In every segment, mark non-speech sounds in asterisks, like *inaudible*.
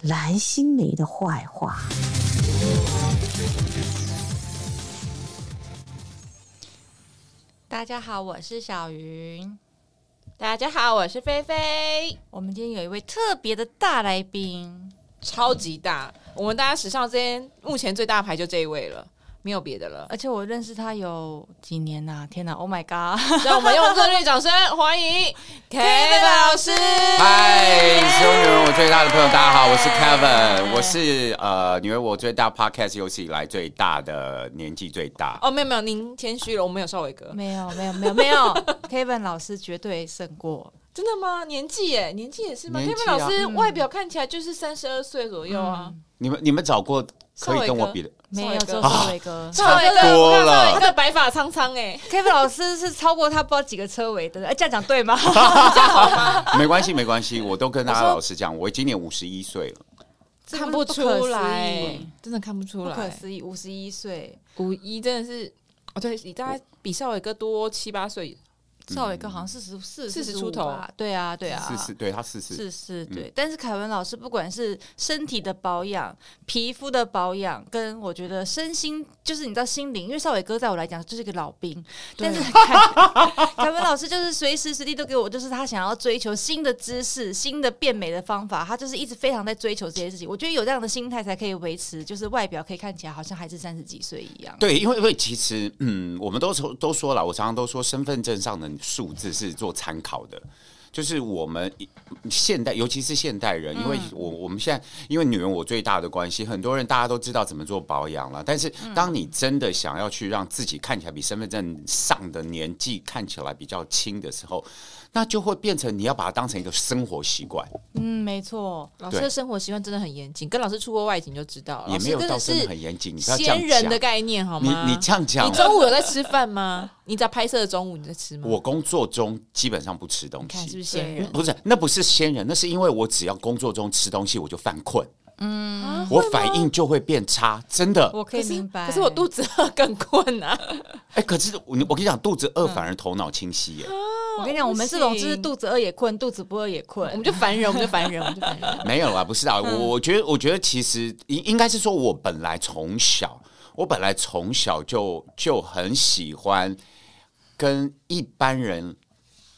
蓝心湄的坏话。大家好，我是小云。大家好，我是菲菲，我们今天有一位特别的大来宾，超级大，我们大家史上之间目前最大牌就这一位了，没有别的了。而且我认识他有几年呐、天哪，Oh my god！ *laughs* 让我们用热烈掌声欢 *laughs* 迎 Kevin 老师。嗨，所有女人我最大的朋友，大家好，我是 Kevin，我是呃女人我最大 Podcast 有史以来最大的年纪最大。哦，没有没有，您谦虚了，我们有少伟哥。没有，没有，没有， *laughs* 没有，Kevin 老师绝对胜过。真的吗？年纪耶，年纪也是吗、年 k e 纪 v i 啊嗯老师外表看起来就是三十二岁左右啊。你们你们找过可以跟我比的？没有，只有少少伟哥。少伟哥差不多我看了少伟哥他的白发苍苍哎， Kevin 老师是超过他不知道几个车尾的，哎，这样讲对吗？没关系没关系，我都跟大家老实讲，我今年五十一岁了。这看不不是可出来思议，真的看不出不可来。思议，五十一岁，五一真的是，哦对，你大概比少伟哥多七八岁，少伟哥好像四十嗯四、 40 45出头吧，对啊，对啊，四十，对嗯他四十，是是，对。但是凯文老师不管是身体的保养、皮肤的保养，跟我觉得身心，就是你知道心灵，因为少伟哥在我来讲就是一个老兵，但是凯凯 *laughs* 文老师就是随时随地都给我，就是他想要追求新的知识、新的变美的方法，他就是一直非常在追求这些事情。我觉得有这样的心态才可以维持，就是外表可以看起来好像还是三十几岁一样。对，因为因为其实嗯，我们都说都说了，我常常都说身份证上的数字是做参考的。就是我们现代，尤其是现代人，因为嗯我我们现在因为女人我最大的关系，很多人大家都知道怎么做保养了，但是嗯当你真的想要去让自己看起来比身份证上的年纪看起来比较轻的时候，那就会变成你要把它当成一个生活习惯。嗯，没错。老师的对哦生活习惯真的很严谨，跟老师出过外景就知道，也没有到老师真哦的真很严谨，你不要是这样先人的讲。概念好你吗？你这样讲，你中午有在吃饭吗？ *laughs* 你在拍摄的中午你在吃吗？我工作中基本上不吃东你看是不西是。仙人？不是，那不是仙人，那是因为我只要工作中吃东西，我就犯困，啊我反应就会变差，真的。嗯我可以明白，哦可是我肚子饿更困啊！ *laughs* 哎、可是我我跟你讲，肚子饿反而头脑清晰耶。我跟你讲，我们这种就是肚子饿也困，肚子不饿也困我。们就烦人，我们就烦人，我们就烦人。没有啦，不是啊，我我觉得，我觉得其实应应该是说，我本来从小，我本来从小就就很喜欢跟一般人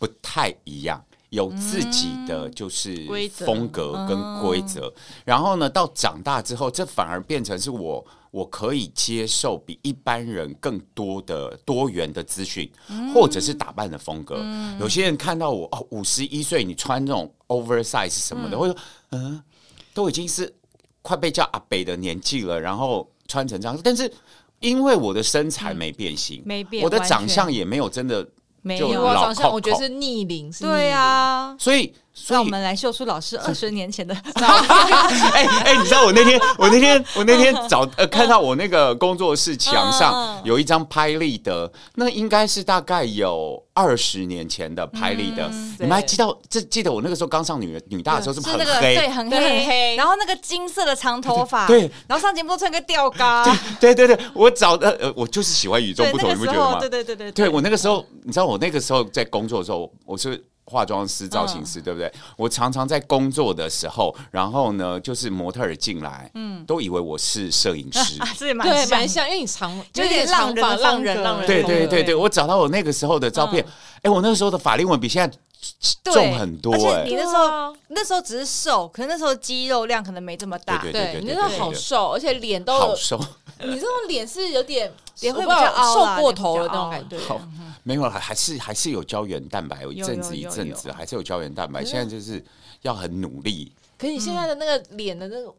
不太一样，有自己的嗯就是规则风格跟规则。然后呢，到长大之后，这反而变成是我。我可以接受比一般人更多的多元的资讯，嗯或者是打扮的风格。有些人看到我哦，五十一岁你穿那种 oversize 什么的，会说嗯，都已经是快被叫阿北的年纪了，然后穿成这样，但是。因为我的身材没变形，嗯没变我的完全长相也没有真的，没就 *laughs* 有我老长相扣我觉得扣是逆龄，是对啊，所以所让我以们来秀出老师二十年 *laughs* 前的哎哎，你知道 *laughs* 我那天，我那天，我那天早呃看到我那个工作室墙嗯上有一张拍立得，那应该是大概有二十年前的拍立得。你们还记得这记得我那个时候刚上女女大的时候是嗯不是是那很个对黑？很对黑很黑然后那个金色的长头发，对对然后上节目都穿个吊嘎， *laughs* *laughs* 对对对，我找的呃，我就是喜欢与众对不同，那你个不时觉得候，吗对？对对对对我那个时候，你知道我那个时候在工作的时候，我是化妆嗯师、造型师，对不对？我常常在工作的时候，然后呢，就是模特儿进来，嗯，都以为我是摄影师啊，。这也蛮对，像蛮像，因为你长就有点你的浪人长的发浪风人，格浪人的对风格，对对对，我找到我那个时候的照片，哎、我那个时候的法令纹比现在嗯对重很多而且哎、你那时候啊那时候只是瘦，可是那时候肌肉量可能没这么大，对对对，你那时候好瘦，而且脸都好 *laughs* 有，瘦，你这种脸是有点也会我比不知道较凹啦瘦过头了也会比那较凹种感觉。好没有了，还是还是有胶原蛋白，有一有阵子有一有阵有嗯子还是有胶原蛋白，现在就是要很努力。可是你现在的那个脸的那个，嗯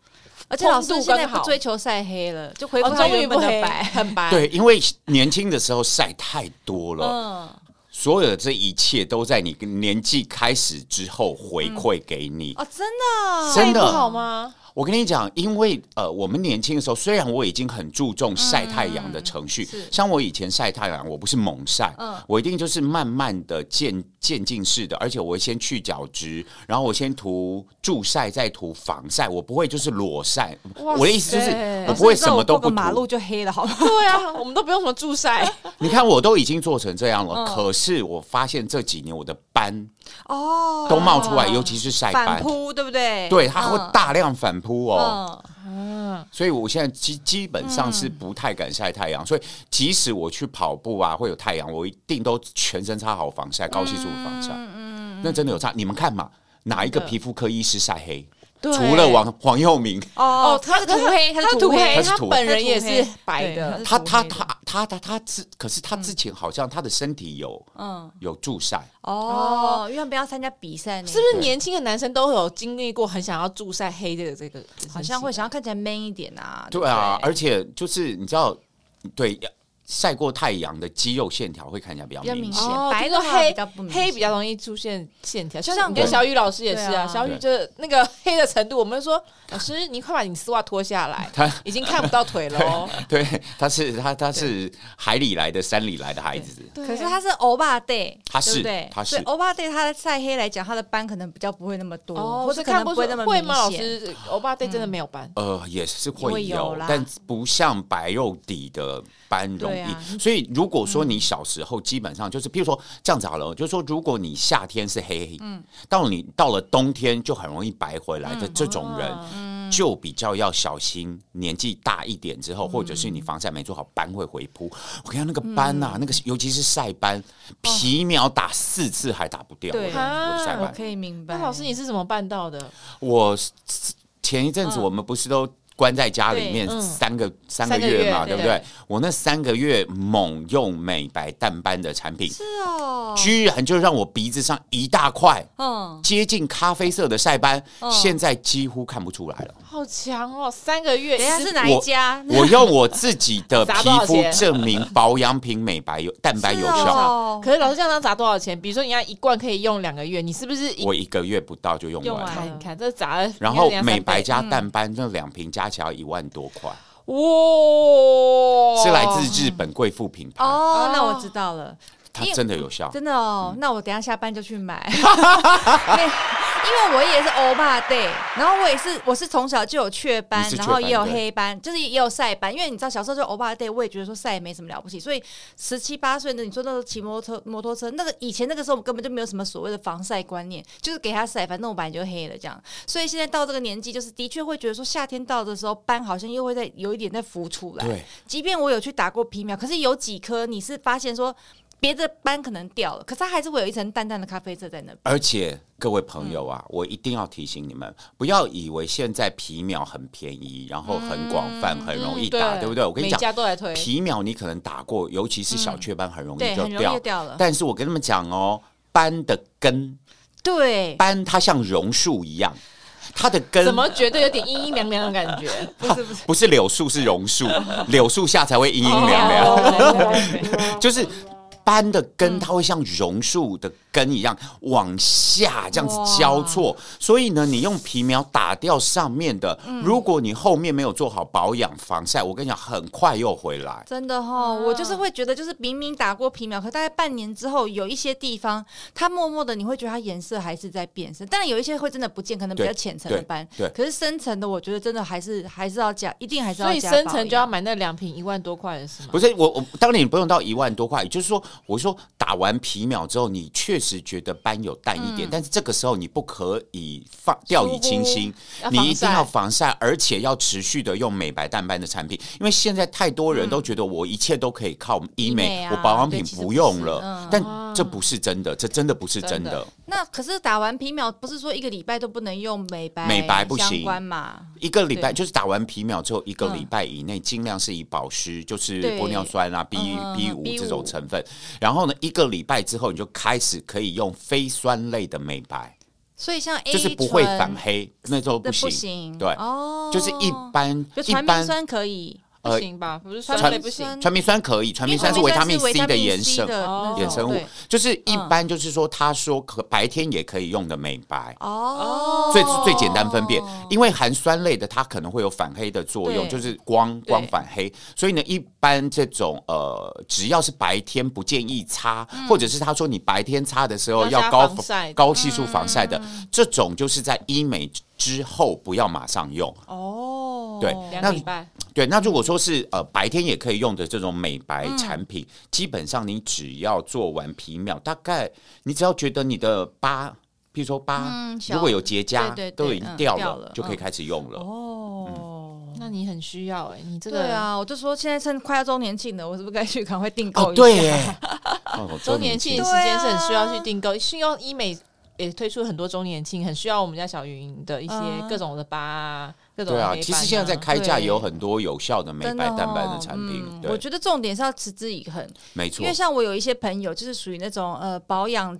而且老师风度现刚在不好追求晒黑了，就回哦复他原本的黑白。很白，对，因为年轻的时候晒太多了，嗯，所有的这一切都在你年纪开始之后回馈给你。嗯哦，真的哦，真的不好吗？我跟你讲，因为呃，我们年轻的时候，虽然我已经很注重晒太阳的程序，嗯是像我以前晒太阳，我不是猛晒，嗯我一定就是慢慢的渐渐进式的，而且我会先去角质，然后我先涂助晒，再涂防晒，我不会就是裸晒。我的意思就是塞，我不会什么都老师你知道我过不个马涂路。就黑了，好吗？对啊，我们都不用什么助晒，你看，我都已经做成这样了，嗯可是我发现这几年我的斑哦，都冒出来，尤其是晒反斑。扑，对不对？对，它会嗯大量反扑哦，嗯所以我现在基基本上是不太敢晒太阳，所以即使我去跑步啊，会有太阳，我一定都全身擦好防晒，高系数防晒，那真的有差。你们看嘛，嗯哪一个皮肤科医师晒黑？对除了王黄佑明，哦，他是涂黑，他是涂黑，他他是涂黑本人也他是是涂黑白的对，他涂他黑的他他他他之，可是他之前好像他的身体有嗯，有助晒，哦，因为他们要参加比赛呢，是不是年轻的男生都有经历过很想要助晒黑的这个？好像会想要看起来 man 一点啊？对不啊，而且就是你知道，对晒过太阳的肌肉线条会看起来比较比较明明显。显哦，白听说的话黑比较不明黑显比较容易出现线条，像像我跟我小雨老师也是对啊，啊小雨就是那个黑的程度，我们就说老师，你快把你丝袜脱下来，已经看不到腿了 *laughs* 哦。对，他是他他是海里来的山里来的孩子，对可是他是欧巴 day，他是对不对？他是所以欧巴 day 他的晒黑来讲，他的斑可能比较不会那么多，哦，或是者可能看不不出会那么会吗？老明显？嗯师，欧巴对真的没有斑，呃，也是会会有有啦，但不像白肉底的斑容对易。啊所以如果说你小时候基本上就是，譬如说这样子好了，就是说如果你夏天是黑黑，嗯，到你到了冬天就很容易白回来嗯的这种人，哦啊就比较要小心。年纪大一点之后，或者嗯是你防晒没做好，斑会回扑。我看到那个斑呐、那个尤其是晒斑，皮秒打四次还打不掉，我哦对的我的晒我斑。可以明白。那老师你是怎么办到的？我前一阵子我们不是都关在家里面对嗯三个三三个个月月嘛，对不对对？我那三个月猛用美白淡斑的产品，是哦，居然就让我鼻子上一大块嗯，接近咖啡色的晒斑，嗯现在几乎看不出来了。好强哦，三个月，等一下是十哪一家？我用我自己的砸皮多少肤钱证明保养品美白有蛋白有是效，哦可是老师这样能砸多少钱？比如说人家一罐可以用两个月，你是不是一我一个月不到就用用完完了。看你看这砸了？然后应该两三美白倍加淡斑那两瓶加起来要一万多块，哇，是来自日本贵妇品牌，哦，那哦我知道了，它因为真的有效。真的哦。嗯那我等一下下班就去买， *laughs* 对因为我也是欧巴 day，然后我也是我是从小就有雀斑你，是雀然斑后也有黑斑，就是也有晒斑。因为你知道小时候就欧巴 day，我也觉得说晒也没什么了不起，所以十七八岁的你说那时候骑摩托摩托车，那个以前那个时候我根本就没有什么所谓的防晒观念，就是给它晒，反正我本来就黑了这样。所以现在到这个年纪，就是的确会觉得说夏天到的时候，斑好像又会在有一点在浮出来。对，即便我有去打过皮秒，可是有几颗你是发现说别的斑可能掉了，可是它还是会有一层淡淡的咖啡色在那边。而且各位朋友啊，我一定要提醒你们，不要以为现在皮秒很便宜，然后很广泛，很容易嗯打，对不对？我跟你每讲，家都来推，皮秒你可能打过，尤其是小雀斑，很容易对，就很容易掉就。掉了。但是我跟你们讲哦，斑的根，对，斑它像榕树一样，它的根怎么觉得有点阴阴凉凉的感 *laughs* 觉？不是不是，不是柳树是榕树，柳树下才会阴阴凉凉。哦对对对就是斑的根，它会像榕树的根一样往下这样子交错。所以呢，你用皮秒打掉上面的，如果你后面没有做好保养防晒，我跟你讲，很快又回来。真的哈、我就是会觉得，就是明明打过皮秒，可大概半年之后，有一些地方它默默的，你会觉得它颜色还是在变深。当然有一些会真的不见，可能比对较浅层的对斑，对可是深层的，我觉得真的还是还是要加，一定还是要所以加深保层就养要买那两瓶一万多块的是吗？不是我，我当然你不用到一万多块，也就是说，我说打完皮秒之后，你确实觉得斑有淡一点，但是这个时候你不可以放掉以轻心，要你一防定晒要防晒，而且要持续的用美白淡斑的产品，因为现在太多人都觉得我一切都可以靠医嗯医美，美啊我保养品对其实不用不是了，嗯但这不是真的，这真的不是真真的。的那可是打完皮秒，不是说一个礼拜都不能用美白美白不行相关嘛？一个礼拜对就是打完皮秒之后，一个嗯礼拜以内尽量是以保湿，就是对玻尿酸啊、B 嗯嗯 B 嗯五 B5 这种成分。然后呢，一个礼拜之后你就开始可以用非酸类的美白，所以像 A 就是不会反黑，那都那不行。行，对哦，就是一般就一传明般酸可以，呃不行吧？不是酸传类不行酸传明酸可以，传因为明酸是维维他他命 C 的衍生哦衍生物对，就是一般就是说，他说可白天也可以用的美白。哦，最最简单分辨，因为含酸类的它可能会有反黑的作用，对就是光对光反黑，所以呢，一般这种呃，只要是白天不建议擦，或者是他说你白天擦的时候要要加高防晒的高系数防晒的，这种就是在医美之后不要马上用。哦，对两那个礼拜对，那如果说是呃白天也可以用的这种美白嗯产品，基本上你只要做完皮秒，大概你只要觉得你的疤，譬如说疤、嗯小如果有结痂对对对都已经嗯掉了，掉了就可以嗯开始用了。哦。嗯那你很需要哎、你这个对啊，我就说现在趁快要周年庆了，我是不是该去赶快订购哦，一下？对 *laughs* 耶，哦周年庆周时年庆啊间是很需要去订购，是用医美也推出很多周年庆，很需要我们家小云的一些嗯各种的疤、啊，各种对的啊黑，其实斑现在在啊开价对也有很多有效的美真白的哦蛋白的产品，嗯我对，觉得重点是要持之以恒，没错因为，像我有一些朋友，就是属于那种呃保养，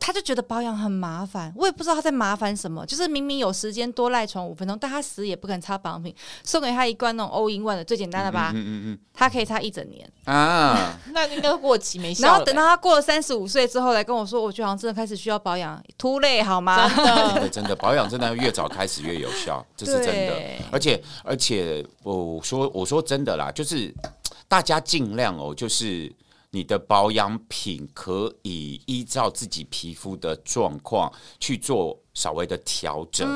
他就觉得保养很麻烦，我也不知道他在麻烦什么。就是明明有时间多赖床五分钟，但他死也不肯擦保养品。送给他一罐那种 all in one 的，最简单的吧，嗯嗯他可以擦一整年。嗯啊， *laughs* 那应该过期没效然了后等到他过了三十五岁之后来跟我说，我觉得好像真的开始需要保养，too late 好吗？真 *laughs* 的对，真的保养真的越早开始越有效，这是真的对。而且而且，我说我说真的啦，就是大家尽量哦，就是你的保养品可以依照自己皮肤的状况去做稍微的调整。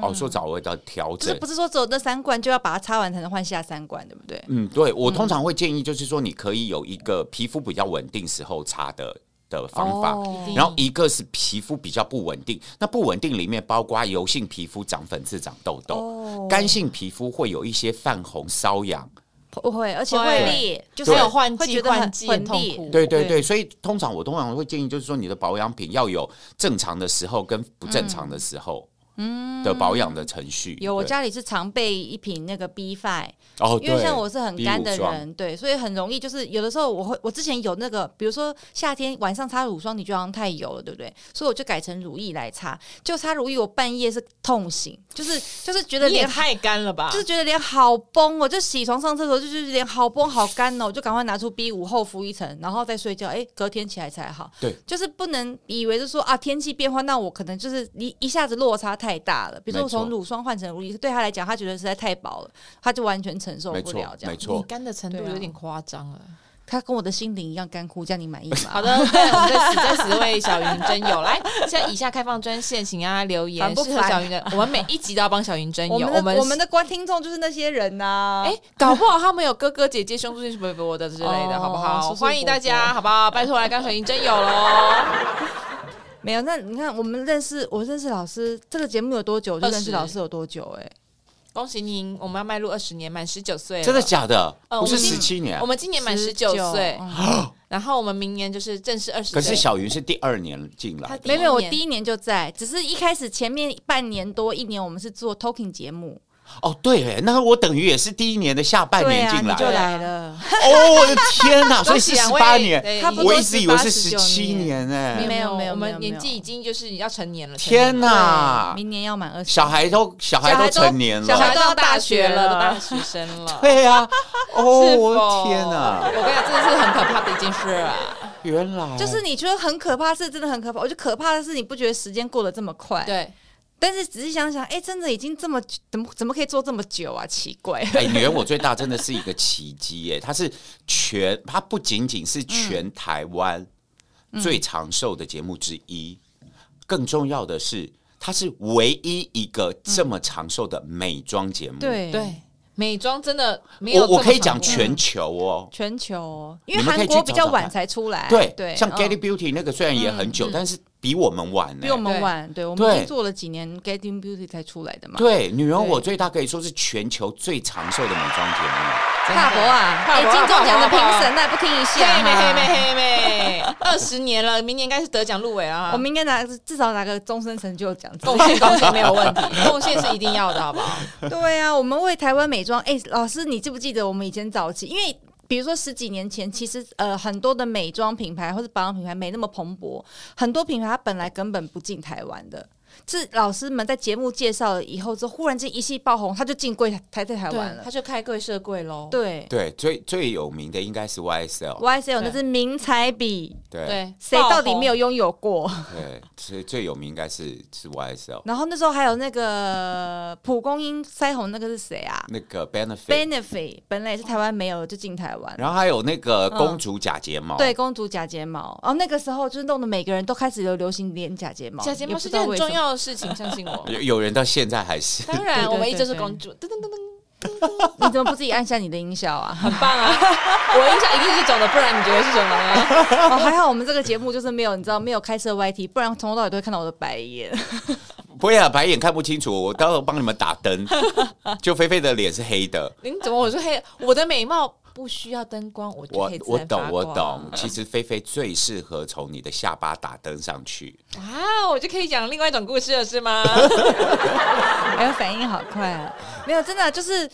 哦，说稍微的调嗯就是整不。是说只有那三罐就要把它擦完才能换下三罐，对不对？嗯，对我通常会建议，就是说你可以有一个皮肤比较稳定时候擦的的方法。哦然后一个是皮肤比较不稳定，那不稳定里面包括油性皮肤长粉刺、长痘痘，哦干性皮肤会有一些泛红、瘙痒。不会，而且对会裂， *laughs* 就是还有换会季觉得换很季很很痛裂。苦，对对对，所以通常我通常会建议，就是说你的保养品要有正常的时候跟不正常的时候，嗯，的保养的程序。有，我对家里是常备一瓶那个 B Five，哦，因为对像我是很干的， B 五霜人，对，所以很容易就是有的时候我会，我之前有那个，比如说夏天晚上擦乳霜，你觉得好像太油了，对不对？所以我就改成乳液来擦，就擦乳液，我半夜是痛醒，就是就是觉得你也脸好。太干了吧？就是觉得脸好崩哦，就起床上厕所就是脸好崩好干哦，我就赶快拿出 B 五厚敷一层，然后再睡觉。哎，隔天起来才好。对，就是不能以为就说啊天气变化，那我可能就是一一下子落差太大了。比如说我没从错乳霜换成乳液，对他来讲，他觉得实在太薄了，他就完全承受没不了错，这样没。你错。干的程度对啊有点夸张了。他跟我的心灵一样干枯，这样你满意吗？好，的，对，我们在此在此为小云真友来，现在以下开放专线，请大家留言烦不适合烦小云的，我们每一集都要帮小云真友，我们我的们我们的观听众就是那些人呐、哎、搞不好他们有哥哥姐姐、兄弟伯伯的之类的，哦好不好？叔叔欢迎大伯家，伯好不好？拜托来刚小云真友喽，没有。那你看，我们认识我认识老师这个节目有多久，我就认识20老师有多久、哎。恭喜您，我们要迈入二十年，满十九岁了，真的假的？呃不我是们十七年我，们今年满十九岁，嗯然后我们明年就是正式二十。可是小云是第二年进来他的，没有没有，我第一年第一年就在，只是一开始前面半年多一年，我们是做 talking 节目，哦，对耶，那我等于也是第一年的下半年对啊，进来你就了。来了， *laughs* 哦，我的天哪！所恭以喜是两十位八年，对差不多我一直以为是十18七年哎、没有我没有没们有年纪已经就是要成年了。成天年了哪！明年要满二十，小孩都小孩都成年了，小孩小都要孩都大大学学了，都了大学生 *laughs* 了。对啊，哦，是我否的天哪！我跟你讲，这是很可怕的一件事啊！原来就是你觉得很可怕，是真的很可怕。我觉得可怕的是你不觉得时间过得这么快，。对，但是仔细想想，哎、真的已经这么久怎么怎么可以做这么久啊？奇 *laughs* 怪，哎，女人我最大真的是一个奇迹耶！它是全，它不仅仅是全台湾最长寿的节目之一，更重要的是，它是唯一一个这么长寿的美妆节嗯目。，对，美妆真的没有我这么我可以常讲见全球哦，全球哦，因为你们可韩以去国比较找找晚看才出来，对对，像嗯 Getty Beauty 那个虽然也很久，但是比我们晚、欸，比我们对晚，对我们已对经做了几年 Getting Beauty 才出来的嘛，对女人对我最大可以说是全球最长寿的美妆节目。大伯啊，大哎、伯啊金钟奖的评大伯啊审那也不听一黑下，妹黑妹。黑妹，二十年了，明年应该是得奖入围了嗯哈。我们应该拿至少拿个终身成就奖。贡献贡献没有问题， *laughs* 贡献是一定要的，好不好？ *laughs* 对啊，我们为台湾美妆。哎、老师，你记不记得我们以前早期？因为比如说十几年前，其实呃很多的美妆品牌或者保养品牌没那么蓬勃，很多品牌它本来根本不进台湾的。是老师们在节目介绍了以后之后，忽然间一夕爆红，他就进柜台在台湾对，了他。就开柜设柜喽。对对，最最有名的应该是 YSL， ，YSL 那对支名彩笔，对对，谁到底没有？有拥有过？对，所以最有名应该是是 YSL 然后那时候还有那个蒲公英腮红，那个是谁啊那个 Benefit， ？Benefit 本来也是台湾没有的，就进台湾。然后还有那个公主假睫毛，嗯对，公主假睫毛，然后那个时候就是弄得每个人都开始有流行连假睫毛，假睫也毛不是知件道很为重什么。要的事情，相信 *laughs* 我。有有人到现在还是 *laughs* 当对然，对我们一直是对公主，噔噔噔噔， *laughs* 你怎么不自己按下你的音效啊？很棒 *laughs* 啊！我印象一定是肿的，不然你觉得是什么啊呢？ *laughs* 哦，还好我们这个节目就是没有，你知道没有开设 YT，不然从头到尾都会看到我的白眼。 *laughs* 不会啊，白眼看不清楚，我待会帮你们打 *laughs* 灯。就菲菲的脸是黑的，你怎么我说黑？我的美貌不需要灯光，我就我可以自我然懂发我光懂。其实菲菲最适合从你的下巴打灯上去。哇，我就可以讲另外一种故事了，是吗？还有反应好快啊！没有，真的就是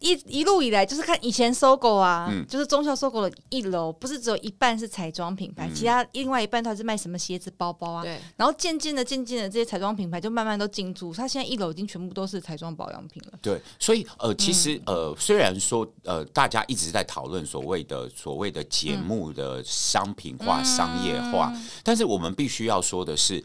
一一路以来，就是看以前搜狗啊，嗯就是中校搜狗的一楼，不是只有一半是彩妆品牌，其他另外一半它是卖什么鞋子、包包啊。对，然后渐渐的、渐渐的，这些彩妆品牌就慢慢都进驻，它现在一楼已经全部都是彩妆保养品了。对，所以呃，其实嗯呃，虽然说呃，大家一直在讨论所谓的所谓的节嗯目的商品化、商业化，但是我们必须要说的是，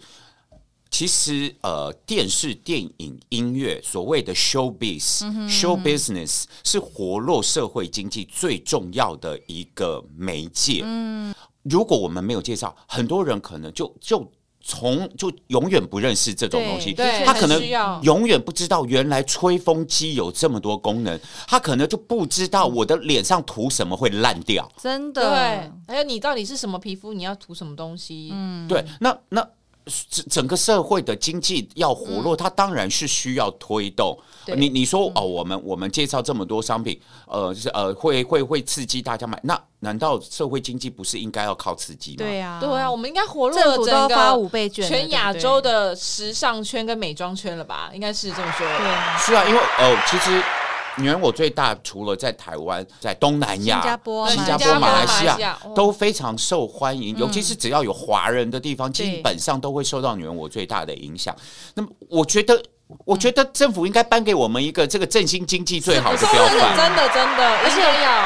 其实呃，电视、电影、音乐所谓的 show biz、show 嗯 business 是活络社会经济最重要的一个媒介。嗯如果我们没有介绍，很多人可能就就从就永远不认识这种东西，对对他很可能需要永远不知道原来吹风机有这么多功能，他可能就不知道我的脸上涂什么会烂掉。真的，对，还有你到底是什么皮肤，你要涂什么东西？嗯，对，那那整整个社会的经济要活络，它当然是需要推动。对嗯你你说哦，我们我们介绍这么多商品，呃，就是呃，会会会刺激大家买，那难道社会经济不是应该要靠刺激吗？对啊，对啊，我们应该活络政了府都要整发五个倍券了，全亚对不对洲的时尚圈跟美妆圈了吧？应该是这么说。对啊是啊，因为呃，其实女人我最大除了在台湾，在东南亚、新加坡新马来加西坡、亚马来西马来西亚亚哦都非常受欢迎，尤其是只要有华人的地方，基对本上都会受到女人我最大的影响。那么，我觉得。我觉得政府应该颁给我们一个这个振兴经济最好的说标 *laughs* 的是杆。真的真的，而而且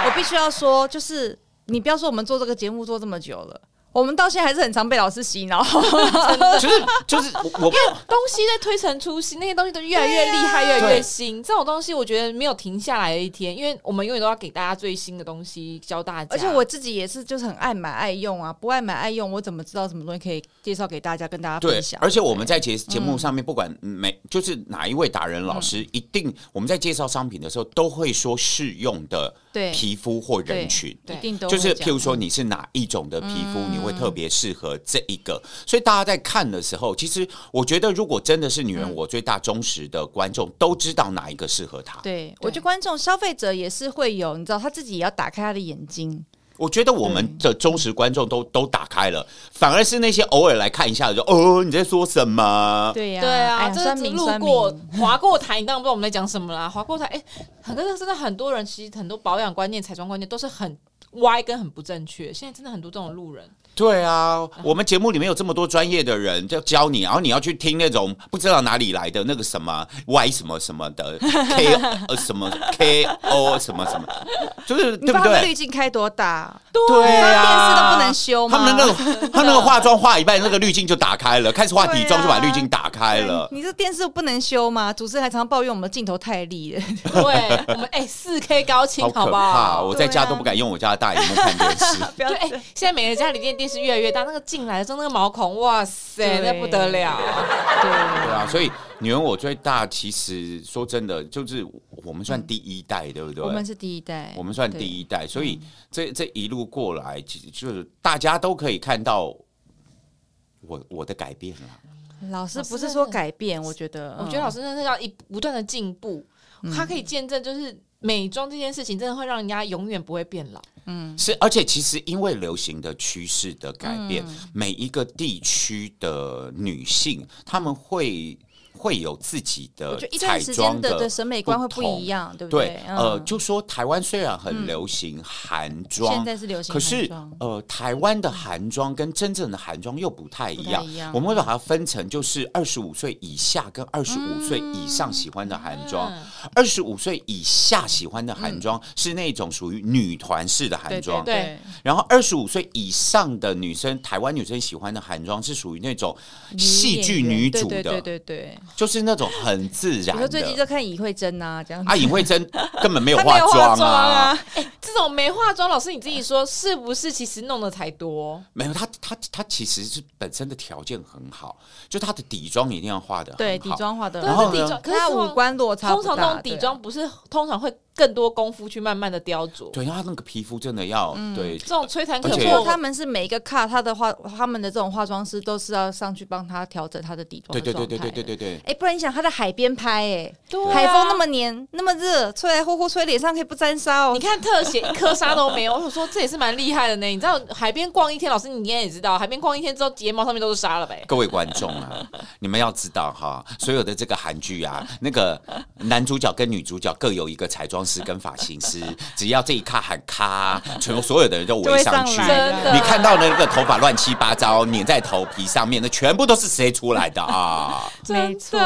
我且必须要说，就是你不要说我们做这个节目做这么久了，我们到现在还是很常被老师洗 *laughs* 脑。就是就是我我东西在推陈出新，那些东西都越来越厉害，越来越新。这种东西我觉得没有停下来的一天，因为我们永远都要给大家最新的东西教大家。 *laughs* 而且我自己也是，就是很爱买爱用啊，不爱买爱用，我怎么知道什么东西可以介绍给大家跟大家对分，享？嗯而且我们在节节目上面，不管每、就是哪一位达人老师，一定我们在介绍商品的时候，都会说适用的对皮肤或人群。一定都就是会讲嗯譬如说你是哪一种的皮肤，你会特别适合这一个。所以大家在看的时候，其实我觉得，如果真的是女嗯人，我最大忠实的观众都知道哪一个适合她。对，我觉得观众消费者也是会有，你知道他自己也要打开他的眼睛。我觉得我们的忠实观众都都打开了，反而是那些偶尔来看一下的就哦你在说什么？对呀、对哎啊，呀真酸的是民路酸民过 *laughs* 划过台，你当然不知道我们在讲什么啦。划过台，哎、很多真的很多人，其实很多保养观念、彩妆观念都是很歪跟很不正确。现在真的很多这种路人，对啊， *laughs* 我们节目里面有这么多专业的人就教你，然后你要去听那种不知道哪里来的那个什么 Y 什么什么 *laughs* 的 K 呃什么 K O 什么什么，就是你对把不他们对滤？镜开多大？对啊，电视都不能修吗他们那个他们那个化妆化一半，那个滤镜就打开了，开始化底妆就把滤镜打开了。你这电视不能修吗？主持人还常抱怨我们的镜头太利了。对我们哎四 K 高清好可不怕！哦好？我在家对啊都不敢用我家的大荧幕看电 *laughs* 视。不要对，哎、现在每个家里电电视越来越大，那个进来的时候那个毛孔，哇塞，对那不得了。对对啊，所以女人我最大，其实说真的，就是我们算第一代，对不对？我们是第一代，我们算第对嗯一代，所以这这一路过来，其实就是大家都可以看到我我的改变了。老师老师不是真说的改变，我觉得，我觉得老师师真的是要一不断的进步，他可以见证就是美妆这件事情，真的会让人家永远不会变老。嗯是，而且其实因为流行的趋势嗯的改变，每一个地区的女性她们会会有自己我的觉得一段呃彩时妆间的的审美观会不同一。样，对不对，呃，嗯就说台湾虽然很流行韩妆，现在是流行可韩是妆，呃，台湾的韩妆跟真正的韩妆又不太一样，不太一样我们会把它分成就是二十五岁以下跟二十五岁以上喜欢的韩妆。嗯嗯二十五岁以下喜欢的韩妆是那种属于女团式的韩对妆，对对然后二十五岁以上的女生，台湾女生喜欢的韩妆是属于那种戏剧女主对对的，对对对。就是那种很自然比如说最近的。就看尹慧珍啊，这样子啊，尹慧珍根本没有她没有化妆啊，啊，这种没化妆，老师你自己说是不是？其实弄的才多，没有她她她其实是本身的条件很好，就她的底妆一定要化的对底，妆化的对然后呢是底妆，可可是是她这种五官落差通不大啊常那种底妆，不是通常会更多功夫去慢慢的雕琢，对她那个皮肤真的要嗯对这种吹弹可而且对啊不过破，他们是每一个卡，他的化他们的这种化妆师都是要上去帮他调整他的底妆对的对状态对的。对对对对对，哎，不然你想他在海边拍，哎，对啊海风那么黏，那么热，吹来呼呼吹，脸上可以不沾沙哦你。看特写 *laughs* 一颗沙都没有，我想说这也是蛮厉害的呢。你知道海边逛一天，老师你应该也知道，海边逛一天之后睫毛上面都是沙了呗。各位观众啊，你们要知道哈， *laughs* 所有的这个韩剧啊，那个男主角跟女主角各有一个彩妆师跟发型师，只要这一卡喊咔，全部所有的人都围上去。就会上来真的你看到那个头发乱七八糟粘在头皮上面，那全部都是谁出来的啊？真没的错，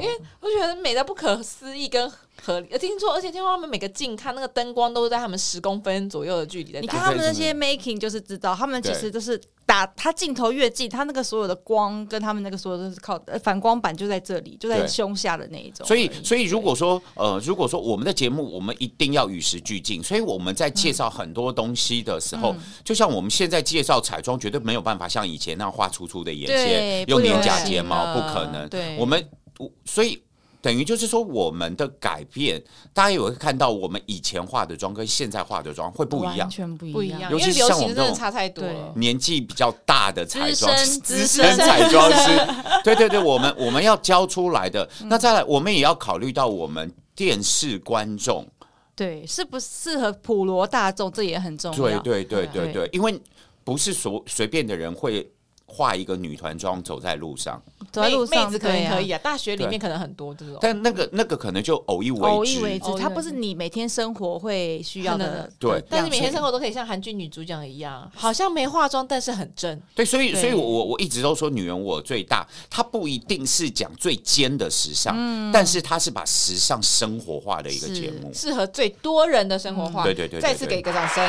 因为我觉得美到不可思议跟合理。呃听说，而且听说他们每个近看那个灯光都是在他们十公分左右的距离在你打看。他们那些 making 就是知道，他们其实对都是打他镜头越近，他那个所有的光跟他们那个所有都是靠呃反光板就在这里，就在对胸下的那一种。所以，所以如果说呃，如果说我们的节目，我们一定要与时俱进。所以我们在介绍很多东西的时嗯候，就像我们现在介绍彩妆，绝对没有办法像以前那样画粗粗的眼线对，用不粘流假行睫毛，不了可能。对我们我所以。等于就是说，我们的改变，大家也会看到我们以前化的妆跟现在化的妆会不一样完。全不不一一样。样，尤因其为是流像我行们真这种的差太多了。年纪比较大的彩妆哦资师深资资深深彩妆师， *laughs* 对对对，我们我们要教出来的。嗯那再来，我们也要考虑到我们电视观众，对，适不适合普罗大众，这也很重要。对对对对对对，因为不是随随便的人会画一个女团妆走在路上，走在妹路妹上子可能可以对啊啊，大学里对面可能很多这种。但那个那个可能就偶一偶为一为之。之偶一为，之它不是你每天生活会需要可的能。对的但是每天样子生活都可以像韩剧女主角一样，好像没化妆，但是很正。对，所以对所以我我我一直都说，女人我最大，她不一定是讲最尖的时尚，但是她是把时尚生活化的一个嗯是节目。适合最多人的生活化。嗯对对对对再次给一个掌声。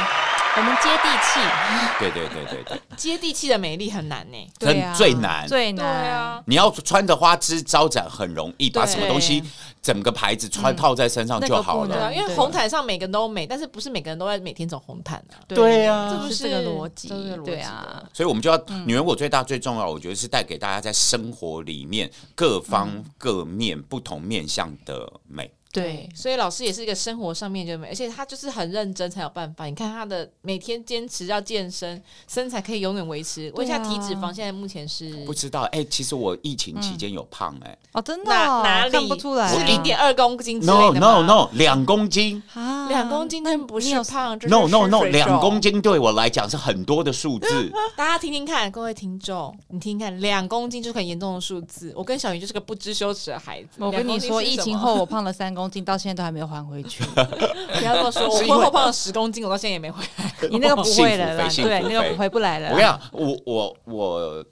我们接地气，对对对对对，接地气的美丽很难呢。真对啊，最难最对难。啊，你要穿着花枝招展很容易，把什么东西整个牌子穿套在身上就好那个不对了。啊，难因为红毯上每个人都美，但是不是每个人都在每天走红毯啊？对啊这不是是这个逻辑这是逻辑，对啊，所以，我们就要女人我最大最重要，我觉得是带给大家在生活里面各方嗯各面不同面向的美。对，所以老师也是一个生活上面就美，而且他就是很认真才有办法。你看他的每天坚持要健身，身材可以永远维持。问一下体脂肪，现在目前是不知道哎、其实我疫情期间有胖哎、哦，真的哪哦哪里看不出来是啊，零点二公斤嗯之 no 类的 no 吗 no 两公斤啊两公斤真不是胖这是 no no no 吃水肿两公斤对我来讲是很多的数 *laughs* 字，大家听听看，各位听众，你听听看，两公斤就是很严重的数字。我跟小云就是个不知羞耻的孩子。我跟你说，疫两公斤是什么 *laughs* 情后我胖了三公斤，到现在都还没有还回去。不要这么说，我是因为婚后胖了十公斤，我到现在也没回来。你那个不会了 *laughs* 啦，幸福肥对，幸福那肥个回不来了我跟你啦。讲，我我我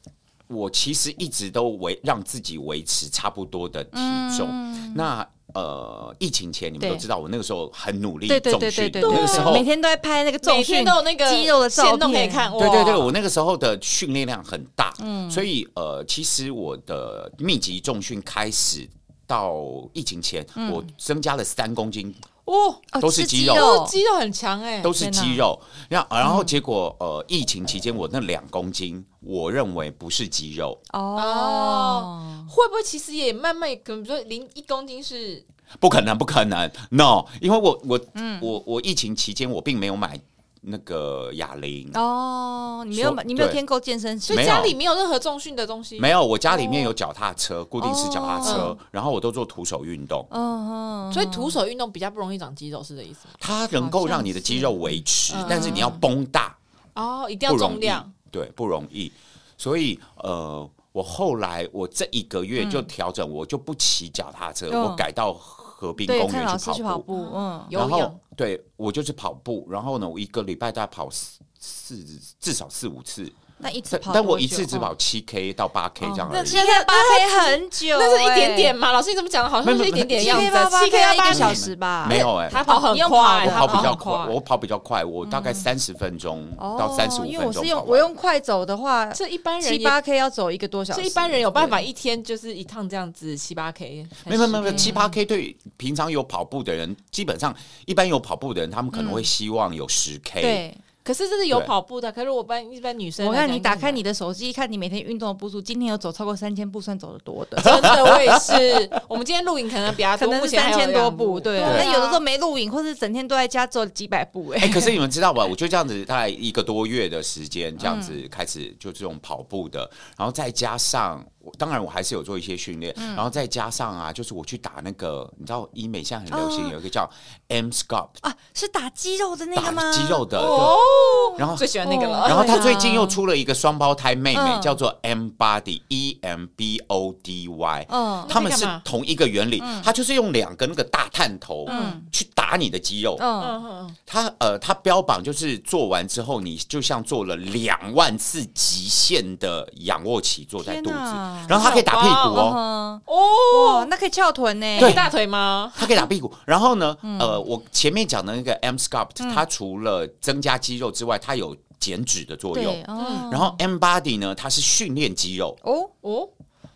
我其实一直都维让自己维持差不多的体重。那呃，疫情前你们都嗯对知道，我那个时候很努力对对重对训对，对我对，那个时候。每天都在拍那个重 *laughs* 每天训，都有那个肌肉的照线动可以片看，对对对，哇我那个时候的训练量很大，嗯所以呃，其实我的密集重训开始到疫情前，嗯我增加了三公斤，哦，哦都是吃肌肌肉哦，肌肉很强哎、都是天哪嗯肌肉。然后然后结果呃，疫情期间我那两公斤，我认为不是肌肉，哦哦。会不会其实也慢慢，可能比如说零一公斤是不可能，不可能，no，因为我我、嗯我我疫情期间我并没有买那个哑铃，哦，你没有说买，你没有对添购健身器就没有家里没有任何重训的东西，没有，我家里面有脚踏车，固定式脚踏车，哦然后我都做徒手运动，嗯，所以徒手运动比较不容易长肌肉，是这意思吗？它能够让你的肌肉维持，但是你要绷大哦，一定不嗯要容重易量，，对，不容易，所以呃。我后来我这一个月就调整，我就不骑脚踏车，嗯我改到河滨对，公看老园师去去跑跑步。步，嗯，有然氧后对我就是跑步，然后呢，我一个礼拜大概跑四四至少四五次，那一次但跑多久，但我一次嗯只哦跑七 K 到八 K 这样那而已。现在八 K 很久、欸那是一点点，嘛？老师你怎么讲的？好像是一点点的七样 K 子八啊，八七 K 要要一个八小时吧？没有哎、哎他跑很你用快，跑他我跑比较哦很快，我跑比较快，我大概三十分钟到三十五嗯哦因为分我是钟跑用完。我用快走的话，这一般人七也八 K 要走一个多小时，这一般人有办法一天就是一趟这样子七八 K，没有没有没有七八 K 对平常有跑步的人，基本上一般有跑步的人，他们可能会希望有十 K。嗯对。可是这是有对跑步的，可是我般一般女生我来讲，看你打开你。你的手机，看你每天运动的步数，今天有走超过三千步，算走的多的真 *laughs* 的我也是，我们今天录影可能比 *laughs* 较可多，能目是前还三有千多两步，对啊。啊那有的时候没录影，或是整天都在家走几百步，哎、哎，可是你们知道吧？我就这样子，大概一个多月的时间，这样嗯子开始就这种跑步的，然后再加上，我当然我还是有做一些训练，嗯然后再加上啊，就是我去打那个，你知道医美现在很流哦行、有一个叫 M Sculpt 啊，是打肌肉的那个吗？打肌肉的，哦，对然后最喜欢那个哦了。然后他最对近啊又出了一个双胞胎妹妹嗯，叫做 M Body E M B O D Y，嗯他们是那在干嘛同一个原理，它就是用两根那个大探头嗯去打你的肌肉。嗯，嗯嗯，它呃，它标榜就是做完之后，你就像做了两万次极限的仰卧起坐在肚天子哪，然后它可以打屁股哦。嗯嗯哦，哇，那可以翘臀呢。对，大腿吗？他可以打屁股。然后呢，嗯呃，我前面讲的那个 M Sculpt，、它除了增加肌肉之外，它有减脂的作用对，。哦然后 M Body 呢，它是训练肌肉，哦，哦，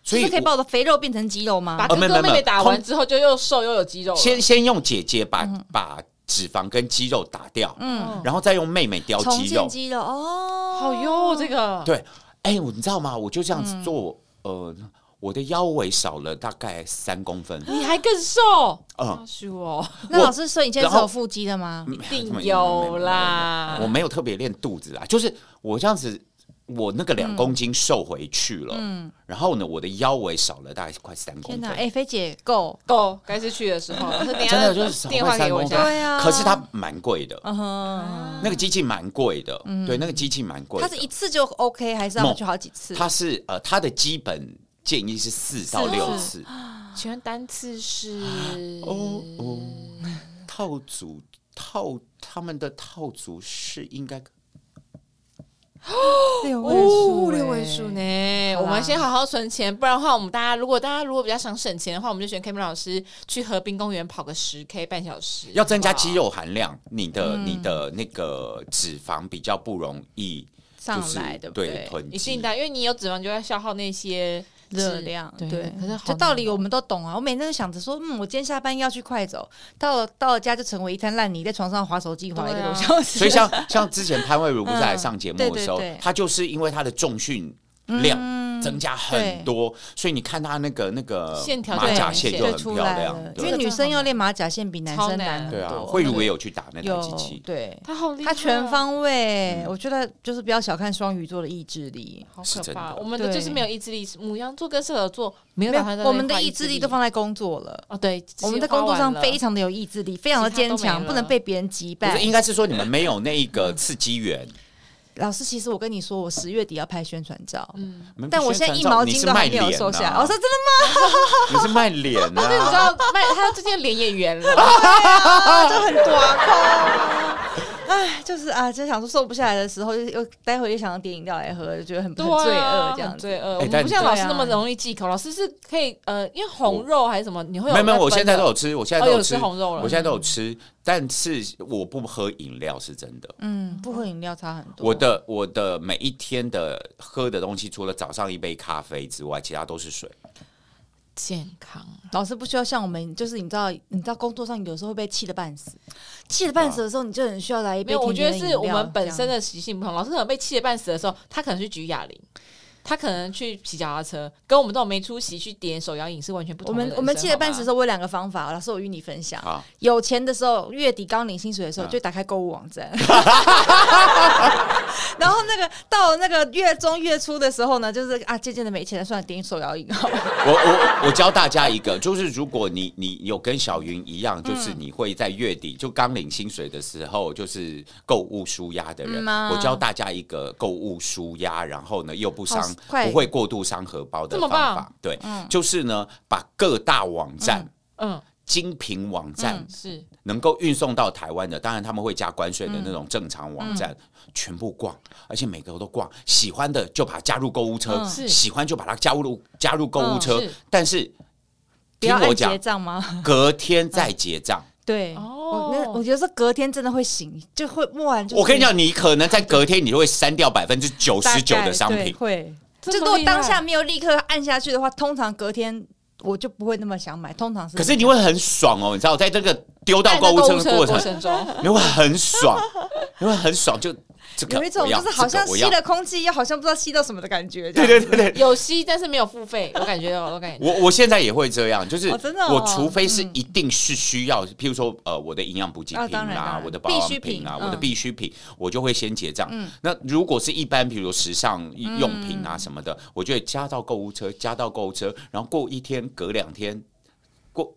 所以就是可以我把我的肥肉变成肌肉吗？把哥哦没有哥没妹有妹打空完之后就又瘦又有肌肉了。先先用姐姐把、把脂肪跟肌肉打掉，嗯，然后再用妹妹雕重肌肉建。肌肉哦，好哟，这个对，哎、我你知道吗？我就这样子做，呃，我的腰围少了大概三公分，你还更瘦，嗯，叔哦，那我老师，所以你现在然是后嗯有腹肌的吗？一定有啦我。没有特别练肚子啊，就是我这样子，我那个两公斤瘦回去了，然后呢，我的腰围少了大概快三公天分哪，，哎，菲姐够，够，哦该是去的时 *laughs* 候，真真的就是少电话快给三我一公下。对啊分，可是它蛮贵的，嗯哼，那个机器蛮贵的，对，那个机器蛮贵他的，是一次就 OK，还是要猛去好几次？它是呃，它的基本建议是四到六次，请问单次是？哦哦，套组套他们的套组是应该六哦，哎六位数呢！好啦我们先好好存钱，不然的话，我们大家如果大家如果比较想省钱的话，我们就选 Kevin 老师去河滨公园跑个十 K 半小时，要增加肌肉。肉含量，你的、你的那个脂肪比较不容易上就是来，对不对？囤一定积。的，因为你有脂肪就要消耗那些热量对对，可是好这难道理哦我们都懂啊。我每天都想着说，嗯，我今天下班要去快走，到了到了家就成为一滩烂泥，在床上划手机划了一个对啊多小时。 *laughs* 所以像像之前潘慧茹不是来嗯上节对目对的时候，对嗯她就是因为她的重训量增加很多，所以你看她那个那个线条啊 *laughs* 马甲对线线就对很出漂来亮了，，因对为女生要练马甲线比男超生难难很对啊，多。慧茹也有去打那台有机器，对，他好厉害他哦，全方位，嗯我觉得就是不要小看双鱼座的意志力。好是可真怕。哦的我们的对就是没有意志力，母羊座跟射手座没有没打算有，在那我边们的花意意志志力都放在工作了。哦，对，我们在工作上非 *laughs* 常常的有意志力，非常的坚其他都强，没了不能被别人击不败是。应该是说你们没有那一个嗯刺激源。老师，其实我跟你说，我十月底要拍宣传照，嗯。你们但不我现在宣传一照毛你巾是都还卖没有脸瘦下来。啊我说真的你是卖脸啊 *laughs* 呐、你知道，卖他最近脸也圆了， *laughs* 吗？哎就很短空。哎，就是啊，就想说瘦不下来的时候，又又待会又想要点饮料来喝，就觉得很很罪 *laughs* 对啊恶这样很子。罪恶。哎我们但不像老师对啊那么容易忌口，老师是可以呃，因为红肉还是什么，你会有没有没有，我分现在的都有吃，我现在哦都有吃,、吃红肉了我现在都有吃，但是我不喝饮料是真的。嗯，不喝饮料差很多。我的我的每一天的喝的东西，除了早上一杯咖啡之外，其他都是水。健康。老师不需要像我们，就是你知道，你知道工作上有时候会被气得半死，气得半死的时候，你就很需要来一没杯有，我甜觉甜得的饮料。是我们本身的的习性不同。老师可能被气得半死的时候，他可能去举哑铃，他可能去骑脚踏车，跟我们这种没出息去点手摇饮是完全不我同的人们生。我们气得半死的时候，候，我有两个方法，老师我与你分享。好，有钱的时候，月底刚领薪水的时候，就打开购物网站，然后那个到那个月中月初的时候呢，就是啊，渐渐的没钱了，算了，点手摇饮好了。我我我教大家一个，就是如果你你有跟小云一样，就是你会在月底就刚领薪水的时候，就是购物舒压的人，嗯啊我教大家一个购物舒压，然后呢又不伤好快不会过度伤荷包的这么方棒法。对，嗯就是呢把各大网站、嗯，精品网站嗯是能够运送到台湾的，当然他们会加关税的那种正常网嗯站，全部逛，而且每个都逛，喜欢的就把它加入购物车，嗯是喜欢就把它加入加入购物车，嗯是但是不要听按我结讲，账吗？隔天再结账。对，我哦那我觉得是隔天真的会醒，就会蓦然就我跟你，讲，你可能在隔天你就会删掉百分之九大概十九的商对品。会。这就么如果厉害当下没有立刻按下去的话，通常隔天我就不会那么想买，通常是。可是你会很爽哦，你知道，在这个丢到按购在物车的车过过程，程 *laughs* 中，你会很爽，你会很爽，就这个有一种我要就是好像这个我吸要了空气，又好像不知道吸到什么的感觉。对对对对，有吸但是没有付费，我感觉到，我 *laughs* 感觉我我现在也会这样，就是哦真的哦我除非是一定是需要，譬如说呃我的营养补给啊品当然当啊，然我的保养必需品品啊，嗯我的必需品，我就会先结账。那如果是一般，比如时尚嗯用品啊什么的，我就会加到购物车，加到购物车，然后过一天，隔两天，过。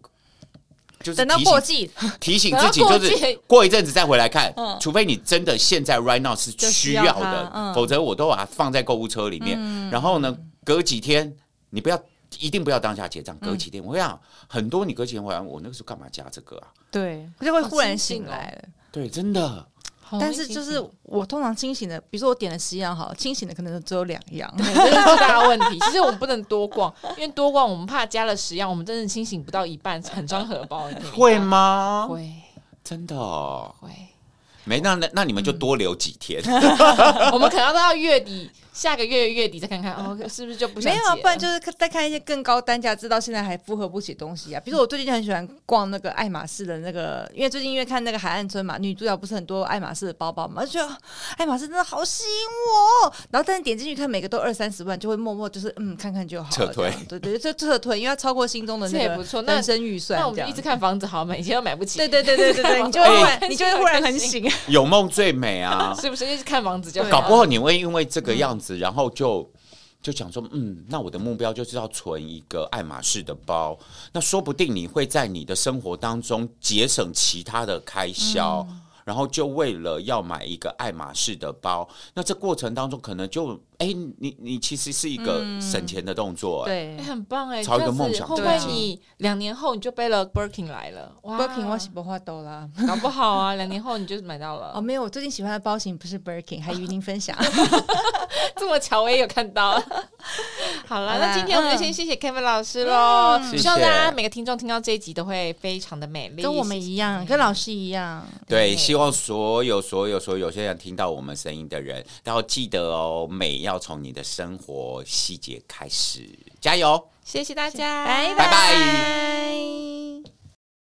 就是等到提醒过 *laughs* 季，提醒等到自己，就过是季过一阵子再回来看，嗯除非你真的现在 right now 是就需需要要它的，嗯否则我都把它放在购物车里面。然后呢，隔几天你不要。一定不要当下结账，隔几天。我想很多，你隔几天回来，我那个时候干嘛加这个啊？对，就会忽好哦然清醒醒哦来了。对，真的，好但是就是我通常清醒的，比如说我点了十样好了，清醒的可能只有两样。对这是最大的问题。其实我们不能多逛，因为多逛我们怕加了十样，我们真的清醒不到一半，很伤荷包。你可以理解会？吗？会真的哦，会，没那那那你们就多留几天。 *laughs* 我们可能要到月底，下个月月底再看看哦，是不是就不想没有啊，结不然了就是再看一些更高单价，知道现在还复合不起东西啊。比如说我最近就很喜欢逛那个爱马仕的那个，因为最近因为看那个海岸村嘛，女主角不是很多爱马仕的包包嘛，就觉得啊爱马仕真的好吸引我哦。然后但是点进去看，每个都二三十万，就会默默就是嗯看看就好了撤这退样对对，就撤退，因为它超过心中的这那也个不错那人生预算那我们这就样一直。看房子好吗？以前都买不起，对对对对对对，你就会忽然，你就会忽然很醒。有梦最美啊！是不是？一直看房子就好搞不好你会因为这个样子，然后就就想说，嗯，那我的目标就是要存一个爱马仕的包。那说不定你会在你的生活当中节省其他的开销。然后就为了要买一个爱马仕的包，那这过程当中可能就，哎，你你其实是一个省钱的动作、哎、对哎很棒哎，朝一个这样子梦想啊会不前会进你两年后你就背了 Birkin 来了？哇 Birkin 我是不画豆啦。搞不好啊，两年后你就买到 *laughs* 了。哦，没有，我最近喜欢的包型不是 Birkin，还与您分享。 *laughs* 这么巧，我也有看 *laughs* 到。好了，好啦嗯那今天我们就先谢谢 Kevin 老师喽。谢谢希望大家每个听众听到这一集都会非常的美丽，跟我们一样，跟老师一样。对，对希望所有所有所有现在听到我们声音的人，都要记得哦，美要从你的生活细节开始，加油！谢谢大家，拜拜拜。